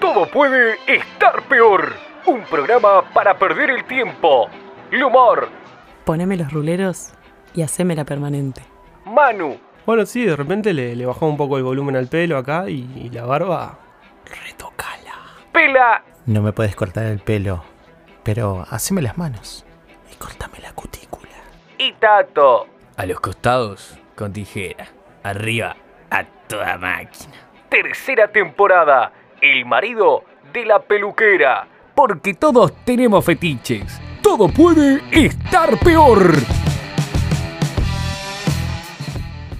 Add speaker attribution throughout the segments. Speaker 1: todo puede estar peor. Un programa para perder el tiempo, el humor,
Speaker 2: Poneme los ruleros y hacémela permanente.
Speaker 1: Manu,
Speaker 3: Bueno, sí, de repente le, le bajaba un poco el volumen al pelo acá y, y la barba. Retocala.
Speaker 1: Pela
Speaker 4: No me puedes cortar el pelo, pero haceme las manos y cortame la cutícula.
Speaker 1: y Tato.
Speaker 5: A los costados, con tijera. Arriba, a toda máquina.
Speaker 1: Tercera temporada, El marido de la peluquera.
Speaker 5: Porque todos tenemos fetiches. Todo puede estar peor.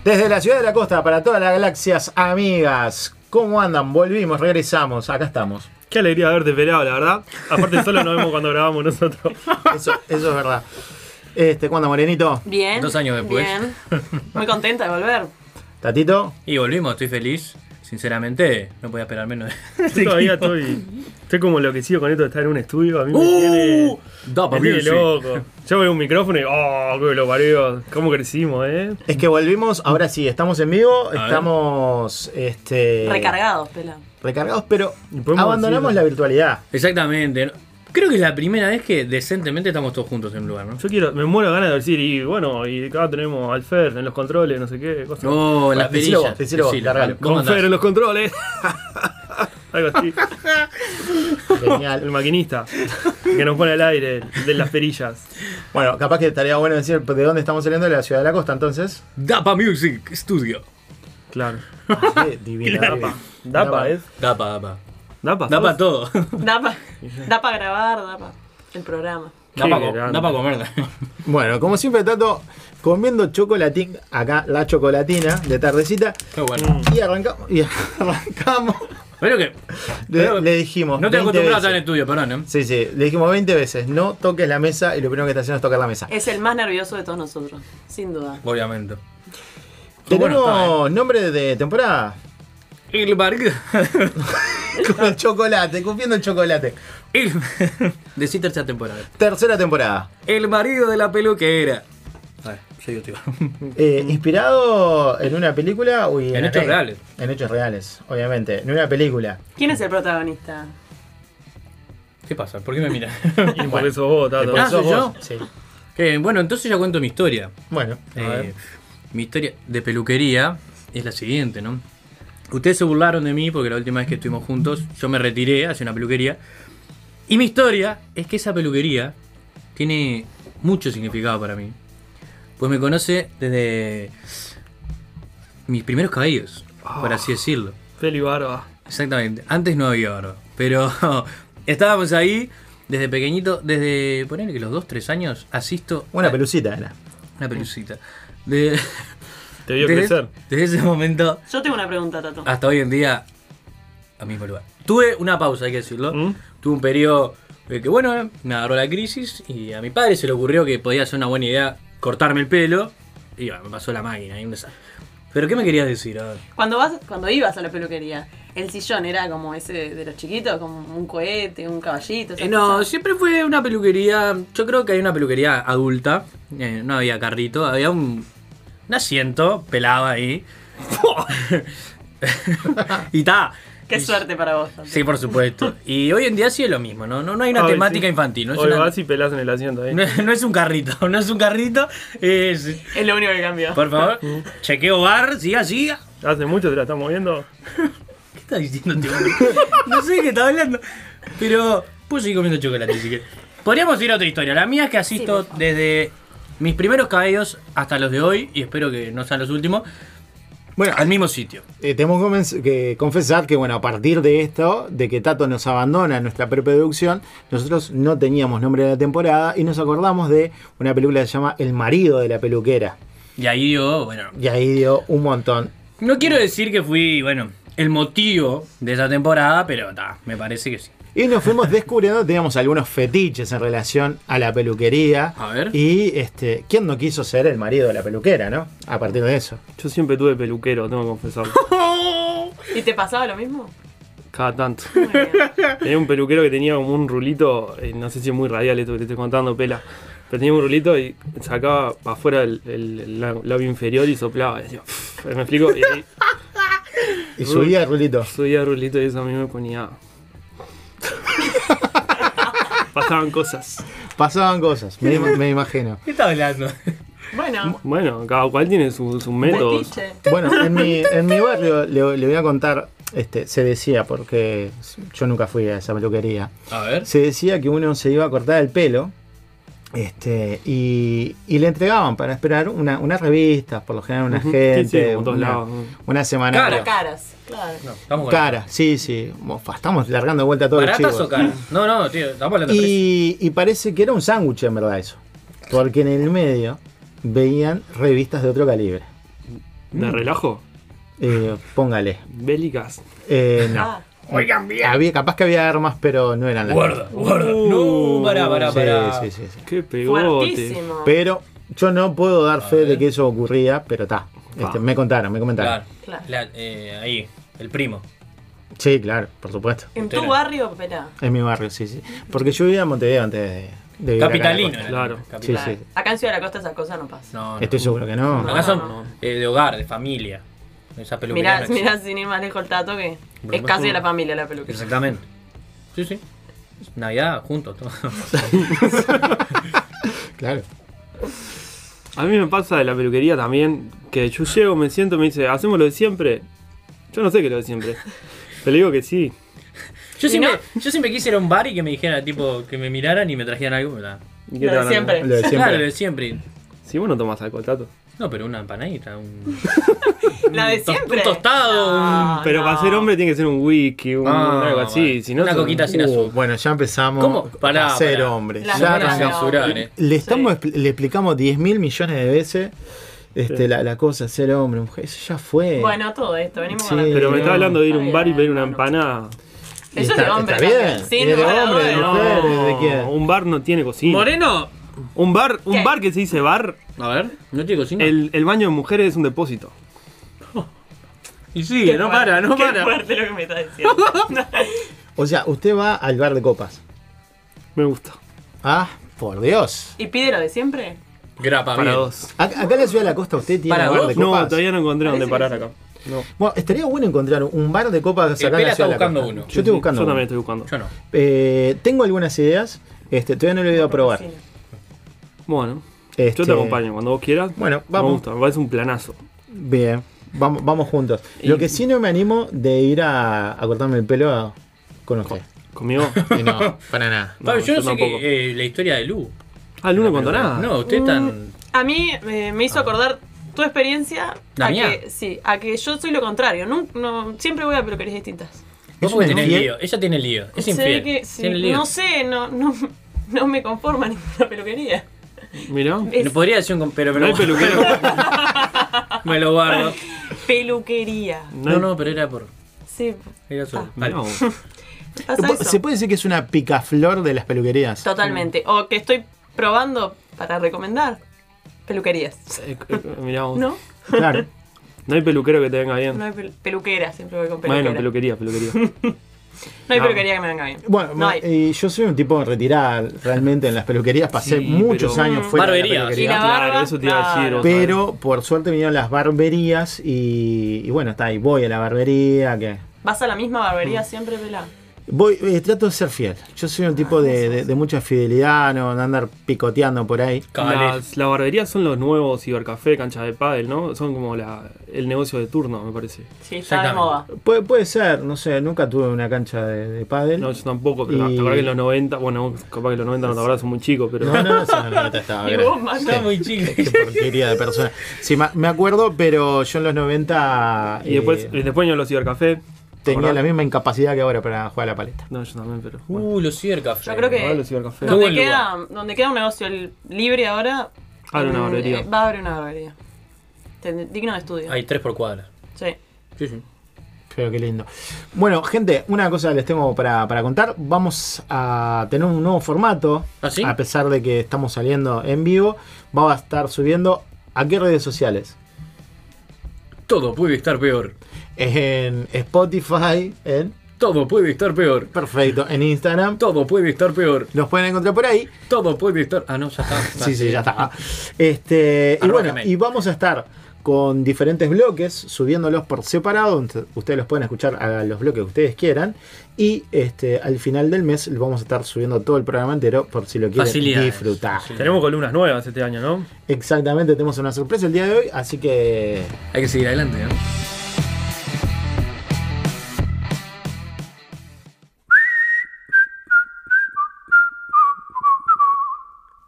Speaker 4: Desde la ciudad de la costa para todas las galaxias, amigas. ¿Cómo andan? Volvimos, regresamos, acá estamos.
Speaker 3: Qué alegría haberte peleado, la verdad. Aparte, solo nos vemos cuando grabamos nosotros.
Speaker 4: Eso, eso es verdad. Este, ¿cuándo, Morenito?
Speaker 2: Bien.
Speaker 5: Dos años después.
Speaker 2: Bien. Muy contenta de volver.
Speaker 4: ¿Tatito?
Speaker 5: Y volvimos, estoy feliz. Sinceramente, no podía esperar menos de.
Speaker 3: Yo todavía estoy. Estoy como enloquecido con esto de estar en un estudio. A mí me tiene.
Speaker 5: Dapa
Speaker 3: me tiene
Speaker 5: Uh, Music.
Speaker 3: loco. Yo veo un micrófono y. ¡Oh, qué lo parió! ¿Cómo crecimos, eh?
Speaker 4: Es que volvimos, ahora sí, estamos en vivo, estamos este,
Speaker 5: Eh.
Speaker 2: Recargados, pela.
Speaker 4: recargados, pero
Speaker 3: Y podemos
Speaker 4: abandonamos
Speaker 3: decirlo.
Speaker 4: la virtualidad.
Speaker 5: Exactamente. Creo que es la primera vez que decentemente estamos todos juntos en un lugar, ¿no?
Speaker 3: Yo quiero. Me muero de ganas de decir, y bueno, y acá tenemos al Fer en los controles, no sé qué. Cosas.
Speaker 5: Oh, las
Speaker 4: Decilo
Speaker 5: perillas.
Speaker 4: vos, decilo vos, largalo.
Speaker 5: ¿Cómo
Speaker 3: con Fer en
Speaker 5: andás?
Speaker 3: los controles. Algo así. El
Speaker 4: Genial.
Speaker 3: maquinista que nos pone al aire de las perillas.
Speaker 4: bueno, capaz que estaría bueno decir de dónde estamos saliendo, de la ciudad de la costa, entonces.
Speaker 5: Dapa Music Studio.
Speaker 3: Claro.
Speaker 4: Ah, qué divina.
Speaker 3: Dapa. Eh, Dapa es.
Speaker 5: Dapa, dapa.
Speaker 3: Dapa.
Speaker 5: Dapa
Speaker 3: ¿sos?
Speaker 5: todo.
Speaker 2: Da para grabar, da para el programa.
Speaker 3: Qué
Speaker 5: Dapa, co-
Speaker 3: grande.
Speaker 5: dapa comer.
Speaker 4: Bueno, como siempre, Tato, comiendo chocolatín, acá la chocolatina de tardecita,
Speaker 5: Qué bueno.
Speaker 4: y arrancamos, y arrancamos.
Speaker 5: Mm. Pero que.
Speaker 4: Le,
Speaker 5: pero
Speaker 4: le dijimos.
Speaker 5: No te
Speaker 4: 20
Speaker 5: acostumbras a estar en
Speaker 4: veces.
Speaker 5: el estudio, perdón, ¿eh?
Speaker 4: Sí, sí, le dijimos 20 veces, no toques la mesa y lo primero que está haciendo es tocar la
Speaker 5: Eh,
Speaker 4: mesa.
Speaker 2: Es el más nervioso de todos nosotros, sin duda.
Speaker 5: Obviamente.
Speaker 4: Tenemos
Speaker 5: Bueno,
Speaker 4: nombre de temporada.
Speaker 5: está, ¿eh? El barrio.
Speaker 4: Con el chocolate, cumpliendo el chocolate.
Speaker 5: El... Decí tercera temporada.
Speaker 4: Tercera temporada.
Speaker 5: El marido de la peluquera. A ver, soy yo, tío.
Speaker 4: Eh, inspirado en una película. uy,
Speaker 5: En hechos
Speaker 4: eh,
Speaker 5: reales.
Speaker 4: En hechos reales, obviamente. En una película.
Speaker 2: ¿Quién es el protagonista?
Speaker 5: ¿Qué pasa? ¿Por qué me miras?
Speaker 3: Y por eso vos, Tato.
Speaker 5: Ah,
Speaker 4: ¿Sos
Speaker 5: ¿soy yo?
Speaker 4: vos? Sí.
Speaker 5: Eh, bueno, entonces ya cuento mi historia.
Speaker 4: Bueno,
Speaker 5: Eh, mi historia de peluquería es la siguiente, ¿no? Ustedes se burlaron de mí porque la última vez que estuvimos juntos yo me retiré hacia una peluquería. Y mi historia es que esa peluquería tiene mucho significado para mí. Pues me conoce desde mis primeros cabellos, por así decirlo.
Speaker 3: Feli Barba.
Speaker 5: Exactamente. Antes no había barba. Pero estábamos ahí desde pequeñito, desde, ponerle que los 2, 3 años, asisto
Speaker 4: una pelucita era.
Speaker 5: una pelucita. De,
Speaker 3: Te vio
Speaker 5: desde,
Speaker 3: crecer.
Speaker 5: desde ese momento
Speaker 2: Yo tengo una pregunta, Tato.
Speaker 5: hasta hoy en día, al mismo lugar. Tuve una pausa, hay que decirlo.
Speaker 3: ¿Mm?
Speaker 5: Tuve un periodo eh, que, bueno, eh, me agarró la crisis y a mi padre se le ocurrió que podía ser una buena idea cortarme el pelo. Y bueno, me pasó la máquina y un desastre. Pero, ¿qué me querías decir? A ver.
Speaker 2: Cuando vas, cuando ibas a la peluquería, el sillón era como ese de los chiquitos, como un cohete, un caballito. esas
Speaker 5: Eh, no,
Speaker 2: cosas.
Speaker 5: siempre fue una peluquería. Yo creo que hay una peluquería adulta. eh, no había carrito, había un, un asiento pelado ahí. y ta.
Speaker 2: Qué
Speaker 5: Y-
Speaker 2: suerte para vos. Tato.
Speaker 5: Sí, por supuesto. Y hoy en día sí es lo mismo, ¿no? No, no hay una
Speaker 3: Hoy
Speaker 5: temática
Speaker 3: sí.
Speaker 5: infantil, no es,
Speaker 3: Hoy
Speaker 5: una-
Speaker 3: vas y pelás en el asiento ahí.
Speaker 5: no es- no es un carrito, no es un carrito. es-
Speaker 2: Es lo único que cambió.
Speaker 5: por favor,
Speaker 3: Uh.
Speaker 5: chequeo bar, siga, siga.
Speaker 3: Hace mucho te la estamos viendo.
Speaker 5: ¿Qué está diciendo este hombre? No sé de qué está hablando. Pero puedo seguir comiendo chocolate si querés. Podríamos ir a otra historia. La mía es que asisto desde mis primeros cabellos hasta los de hoy, y espero que no sean los últimos,
Speaker 4: Bueno,
Speaker 5: al mismo sitio.
Speaker 4: eh, tenemos que convenc- que confesar que, bueno, a partir de esto, de que Tato nos abandona en nuestra preproducción, nosotros no teníamos nombre de la temporada y nos acordamos de una película que se llama El marido de la peluquera.
Speaker 5: Y ahí yo, bueno,
Speaker 4: Y ahí dio un montón.
Speaker 5: no quiero decir que fui, bueno, el motivo de esa temporada, pero ta, me parece que sí.
Speaker 4: Y nos fuimos descubriendo, teníamos algunos fetiches en relación a la peluquería.
Speaker 5: A ver.
Speaker 4: Y este, ¿quién no quiso ser el marido de la peluquera, no? A partir de eso.
Speaker 3: Yo siempre tuve peluquero, tengo que confesarlo.
Speaker 2: ¿Y te pasaba lo mismo?
Speaker 3: Cada tanto.
Speaker 2: Muy bien.
Speaker 3: Tenía un peluquero que tenía como un rulito, eh, no sé si es muy radial esto que te estoy contando, pela. Pero tenía un rulito y sacaba para afuera el, el- el la- labio inferior y soplaba. Y decía, "Pff", ¿Me explico? Y ahí
Speaker 4: Y subía el rulito.
Speaker 3: subía el rulito y eso a mí me ponía. pasaban cosas.
Speaker 4: Pasaban cosas, me, im- me imagino.
Speaker 5: ¿Qué estás hablando?
Speaker 2: Bueno,
Speaker 3: Bueno, cada cual tiene sus su métodos.
Speaker 2: fetiche.
Speaker 4: Bueno, en mi, en mi barrio le, le voy a contar, este, se decía, porque yo nunca fui a esa peluquería.
Speaker 5: A ver.
Speaker 4: se decía que uno se iba a cortar el pelo este, y, y le entregaban para esperar una, unas revistas, por lo general una
Speaker 3: Ujú.
Speaker 4: gente,
Speaker 3: Sí, sí, como todos
Speaker 4: una,
Speaker 3: lados.
Speaker 4: una semana.
Speaker 5: Cara.
Speaker 2: Caras, claro.
Speaker 5: No, estamos con-
Speaker 4: Cara, sí, sí. Mofa, Estamos largando de vuelta todo el chivo.
Speaker 5: ¿Baratas o caras? No, no, tío, estamos hablando de precios.
Speaker 4: Y, y parece que era un sándwich en verdad eso. Porque en el medio veían revistas de otro calibre.
Speaker 2: Mm.
Speaker 3: ¿De relajo?
Speaker 4: Eh, póngale.
Speaker 3: Bélicas.
Speaker 4: Eh, no.
Speaker 2: Ah,
Speaker 4: Había, capaz que había armas, pero no eran las.
Speaker 5: Guarda, guarda.
Speaker 3: Uh,
Speaker 5: no, pará, pará, pará.
Speaker 4: Sí, sí, sí, sí.
Speaker 3: ¡Qué pegote!
Speaker 2: fuertísimo.
Speaker 4: Pero yo no puedo dar fe de que eso ocurría, pero está.
Speaker 3: Ah.
Speaker 4: me contaron, me comentaron.
Speaker 5: Claro.
Speaker 2: Claro.
Speaker 5: La- eh, ahí, el primo.
Speaker 4: Sí, claro, por supuesto.
Speaker 2: En tu
Speaker 5: Entera.
Speaker 2: barrio, pero.
Speaker 4: En mi barrio, sí, sí. Porque yo vivía en Montevideo antes de. de vivir acá en la
Speaker 5: Capitalino.
Speaker 4: costa.
Speaker 5: era,
Speaker 3: Claro.
Speaker 4: Sí,
Speaker 5: Capital.
Speaker 4: sí.
Speaker 2: Acá en Ciudad de la Costa esas cosas no pasan.
Speaker 5: No, no.
Speaker 4: Estoy seguro que no.
Speaker 5: Acá son
Speaker 2: No,
Speaker 5: eh, de hogar, de familia. Esa peluquería.
Speaker 2: Mirá,
Speaker 5: no
Speaker 2: mirá sin ir más lejos el tato que
Speaker 5: Bueno,
Speaker 2: es
Speaker 5: más
Speaker 2: casi
Speaker 5: o-
Speaker 2: de la familia la
Speaker 5: existe.
Speaker 2: peluquería.
Speaker 5: Exactamente. Sí, sí. Navidad, juntos, todo.
Speaker 4: Ah, Claro.
Speaker 3: A mí me pasa de la peluquería también, que yo llego, me siento, me dice, ¿hacemos lo de siempre? Yo no sé qué es lo de siempre. Pero le digo que sí.
Speaker 5: Yo siempre, yo siempre quise ir a un bar y que me dijeran, tipo, que me miraran y me trajeran algo. ¿verdad?
Speaker 3: ¿Y qué
Speaker 2: Lo
Speaker 3: te
Speaker 2: de
Speaker 3: van a-
Speaker 2: siempre.
Speaker 4: Lo de
Speaker 5: Claro,
Speaker 4: siempre.
Speaker 5: de siempre.
Speaker 3: Si vos no tomás alcohol, tato.
Speaker 5: No, pero una empanadita, un,
Speaker 2: La de
Speaker 5: un to-
Speaker 2: siempre.
Speaker 5: un tostado, un-
Speaker 3: Pero
Speaker 2: Ah, no.
Speaker 3: para ser hombre tiene que ser un whisky, un,
Speaker 5: Ah,
Speaker 3: algo así.
Speaker 5: vale.
Speaker 3: si no,
Speaker 5: Una
Speaker 3: son-
Speaker 5: coquita así. sin azúcar.
Speaker 4: Uh, bueno, ya empezamos
Speaker 5: ¿Cómo? Pará,
Speaker 4: a ser
Speaker 5: pará.
Speaker 4: hombres.
Speaker 2: Las
Speaker 4: Ya
Speaker 5: Van a
Speaker 2: buenas
Speaker 4: arrancamos.
Speaker 5: censurar,
Speaker 2: Sí.
Speaker 5: eh.
Speaker 4: Le, estamos, expli- le explicamos 10 mil millones de veces este, la, la cosa, ser hombre, mujer. Eso ya fue.
Speaker 2: Bueno, todo esto, venimos
Speaker 4: Sí.
Speaker 2: con la
Speaker 3: Pero me
Speaker 2: peluquería.
Speaker 3: está hablando de ir a un
Speaker 2: Está
Speaker 3: bar y
Speaker 2: bien,
Speaker 3: pedir una
Speaker 2: hermano.
Speaker 3: empanada.
Speaker 4: Y
Speaker 2: Eso es de
Speaker 4: está-
Speaker 2: hombre.
Speaker 4: está bien.
Speaker 2: también.
Speaker 4: Y
Speaker 2: Sin
Speaker 4: de
Speaker 2: lugar a
Speaker 4: hombre,
Speaker 2: dudas.
Speaker 4: ¿no? Mujeres, ¿de quién?
Speaker 3: un bar no tiene cocina.
Speaker 5: Moreno.
Speaker 3: Un bar, un
Speaker 2: ¿Qué?
Speaker 3: bar que se dice bar,
Speaker 5: A ver, no te cocina.
Speaker 3: el, el baño de mujeres es un depósito.
Speaker 5: Y sigue, no para, no
Speaker 2: Qué
Speaker 5: para.
Speaker 2: fuerte lo que me estás diciendo.
Speaker 4: O sea, usted va al bar de copas.
Speaker 3: Me gusta.
Speaker 4: Ah, por Dios.
Speaker 2: ¿Y pide lo de siempre?
Speaker 5: Grapa,
Speaker 3: Para
Speaker 5: bien.
Speaker 3: dos.
Speaker 4: A- Acá en la ciudad de la costa usted tiene
Speaker 5: Para
Speaker 4: bar
Speaker 5: vos,
Speaker 4: de
Speaker 3: No,
Speaker 4: copas.
Speaker 3: todavía no encontré dónde
Speaker 2: Parece que
Speaker 3: parar
Speaker 2: sí.
Speaker 3: acá. No.
Speaker 4: Bueno, estaría bueno encontrar un bar de copas acá en
Speaker 5: Pela
Speaker 4: la
Speaker 5: está
Speaker 4: ciudad de la
Speaker 5: buscando
Speaker 4: costa.
Speaker 5: uno.
Speaker 4: Yo estoy buscando.
Speaker 3: Yo
Speaker 4: uno.
Speaker 3: también estoy buscando.
Speaker 5: Yo no.
Speaker 4: Eh, tengo algunas ideas. Este, todavía no lo he ido a probar.
Speaker 2: Sí.
Speaker 3: Bueno,
Speaker 4: Este,
Speaker 3: yo te acompaño cuando vos quieras.
Speaker 4: Bueno, vamos.
Speaker 3: Me gusta, me parece un planazo.
Speaker 4: Bien, vamos, vamos juntos.
Speaker 3: Y-
Speaker 4: Lo que sí no me animo de ir a, a cortarme el pelo a- con usted.
Speaker 3: ¿Conmigo?
Speaker 4: Y no, para nada.
Speaker 5: Pablo, yo
Speaker 3: yo
Speaker 5: no sé
Speaker 3: tampoco.
Speaker 5: qué, eh, la historia de Lu.
Speaker 3: Ah, Lu no contó nada.
Speaker 5: No, usted tan.
Speaker 2: Mm,
Speaker 5: Ah.
Speaker 2: A mí eh, me hizo acordar tu experiencia.
Speaker 5: ¿La
Speaker 2: a
Speaker 5: mía?
Speaker 2: Que, sí, a que yo soy lo contrario. Nun- no, siempre voy a peluquerías distintas.
Speaker 4: Es
Speaker 5: Vos porque
Speaker 4: un
Speaker 5: tenés
Speaker 4: infiel.
Speaker 5: lío. Ella tiene lío. Es
Speaker 2: Se ve
Speaker 5: infiel.
Speaker 2: que, sí,
Speaker 5: tiene lío.
Speaker 2: no sé, no, no, no me conforma ninguna peluquería.
Speaker 3: Mirá.
Speaker 2: Es
Speaker 5: No podría decir un. com- Pero me
Speaker 3: No hay
Speaker 5: lo,
Speaker 3: peluquero.
Speaker 5: me lo guardo.
Speaker 2: peluquería.
Speaker 3: No hay-
Speaker 5: No, no, pero era por.
Speaker 2: Sí,
Speaker 5: Era solo.
Speaker 3: Mirá vos.
Speaker 2: pasa eso.
Speaker 4: ¿Se puede decir que es una picaflor de las peluquerías?
Speaker 2: Totalmente. O que estoy probando para recomendar peluquerías.
Speaker 3: Eh, eh, mirá vos.
Speaker 2: ¿No?
Speaker 4: Claro.
Speaker 3: No hay peluquero que te venga bien.
Speaker 2: No hay pel- peluquera, siempre voy con peluquera.
Speaker 3: bueno, peluquería, peluquería.
Speaker 2: No
Speaker 5: Ah.
Speaker 2: hay
Speaker 3: No.
Speaker 2: peluquería que me venga bien.
Speaker 4: Bueno,
Speaker 2: no hay.
Speaker 4: eh, yo soy un tipo retirada realmente en las peluquerías. Pasé
Speaker 3: Sí,
Speaker 4: muchos
Speaker 3: pero-
Speaker 4: años fuera de la
Speaker 5: Barberías.
Speaker 4: peluquería.
Speaker 2: Y la
Speaker 3: claro,
Speaker 2: barba,
Speaker 3: eso te iba a decir.
Speaker 2: claro.
Speaker 3: vos sabés.
Speaker 4: Pero por suerte vinieron las barberías y, y bueno, está ahí, voy a la barbería, que
Speaker 2: ¿Vas a la misma
Speaker 5: Mm.
Speaker 2: barbería siempre, Vela?
Speaker 4: voy, eh, trato de ser fiel. Yo soy un tipo de, de- de mucha fidelidad, no no andar picoteando por ahí.
Speaker 5: Cabales.
Speaker 3: Las, las barberías son los nuevos cibercafé, cancha de pádel, ¿no? Son como la, el negocio de turno, me parece.
Speaker 2: Sí, está de
Speaker 5: Exactamente.
Speaker 2: moda.
Speaker 4: Puede, puede ser, no sé, nunca tuve una cancha de, de pádel.
Speaker 3: No, yo tampoco, pero
Speaker 4: Y-
Speaker 3: te acordás que en los 90, bueno, vos capaz que en los 90 no te acordás, son muy chicos, pero...
Speaker 4: No, no, no, sí, no, no, no, te estaba
Speaker 2: Y
Speaker 4: gra-
Speaker 2: vos, Manu.
Speaker 5: Está Ah, muy chica.
Speaker 4: Qué porquería de persona. Sí, ma- me acuerdo, pero yo en los 90
Speaker 3: Y después,
Speaker 4: eh,
Speaker 3: y después vino los cibercafé. ¿te
Speaker 4: tenía
Speaker 3: acordás?
Speaker 4: la misma incapacidad que ahora para jugar a la paleta.
Speaker 3: No, yo también, pero... bueno.
Speaker 5: Uh, lo cierca.
Speaker 2: Yo creo que-
Speaker 3: Ahora los cibercafé.
Speaker 5: No.
Speaker 2: Donde
Speaker 5: buen
Speaker 2: queda, donde queda un negocio el- libre ahora.
Speaker 3: Abre una
Speaker 2: mm,
Speaker 3: barbería.
Speaker 2: eh, va a abrir una barbería. Ten- Digno de estudio.
Speaker 5: Hay tres por cuadra.
Speaker 2: Sí.
Speaker 5: Sí, sí.
Speaker 4: Pero qué lindo. Bueno, gente, una cosa les tengo para, para contar. Vamos a tener un nuevo formato.
Speaker 5: ¿Ah, sí?
Speaker 4: A pesar de que estamos saliendo en vivo, va a estar subiendo a qué redes sociales.
Speaker 5: Todo puede estar peor.
Speaker 4: En Spotify, en
Speaker 5: Todo puede estar peor.
Speaker 4: perfecto, en Instagram.
Speaker 5: Todo puede estar peor.
Speaker 4: Nos pueden encontrar por ahí.
Speaker 5: Todo puede estar. Ah, no, ya está.
Speaker 4: Sí, sí, ya está. Este, y
Speaker 5: Arroba
Speaker 4: bueno,
Speaker 5: Gmail.
Speaker 4: y vamos a estar con diferentes bloques, subiéndolos por separado. Ent- Ustedes los pueden escuchar a los bloques que ustedes quieran. Y este, al final del mes lo vamos a estar subiendo todo el programa entero por si lo quieren
Speaker 5: Facilidades.
Speaker 4: disfrutar.
Speaker 5: Sí.
Speaker 3: Tenemos columnas nuevas este año, ¿no?
Speaker 4: Exactamente, tenemos una sorpresa el día de hoy, así que
Speaker 5: Hay que seguir adelante, ¿eh? ¿no?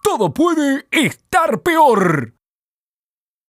Speaker 1: Todo puede estar peor.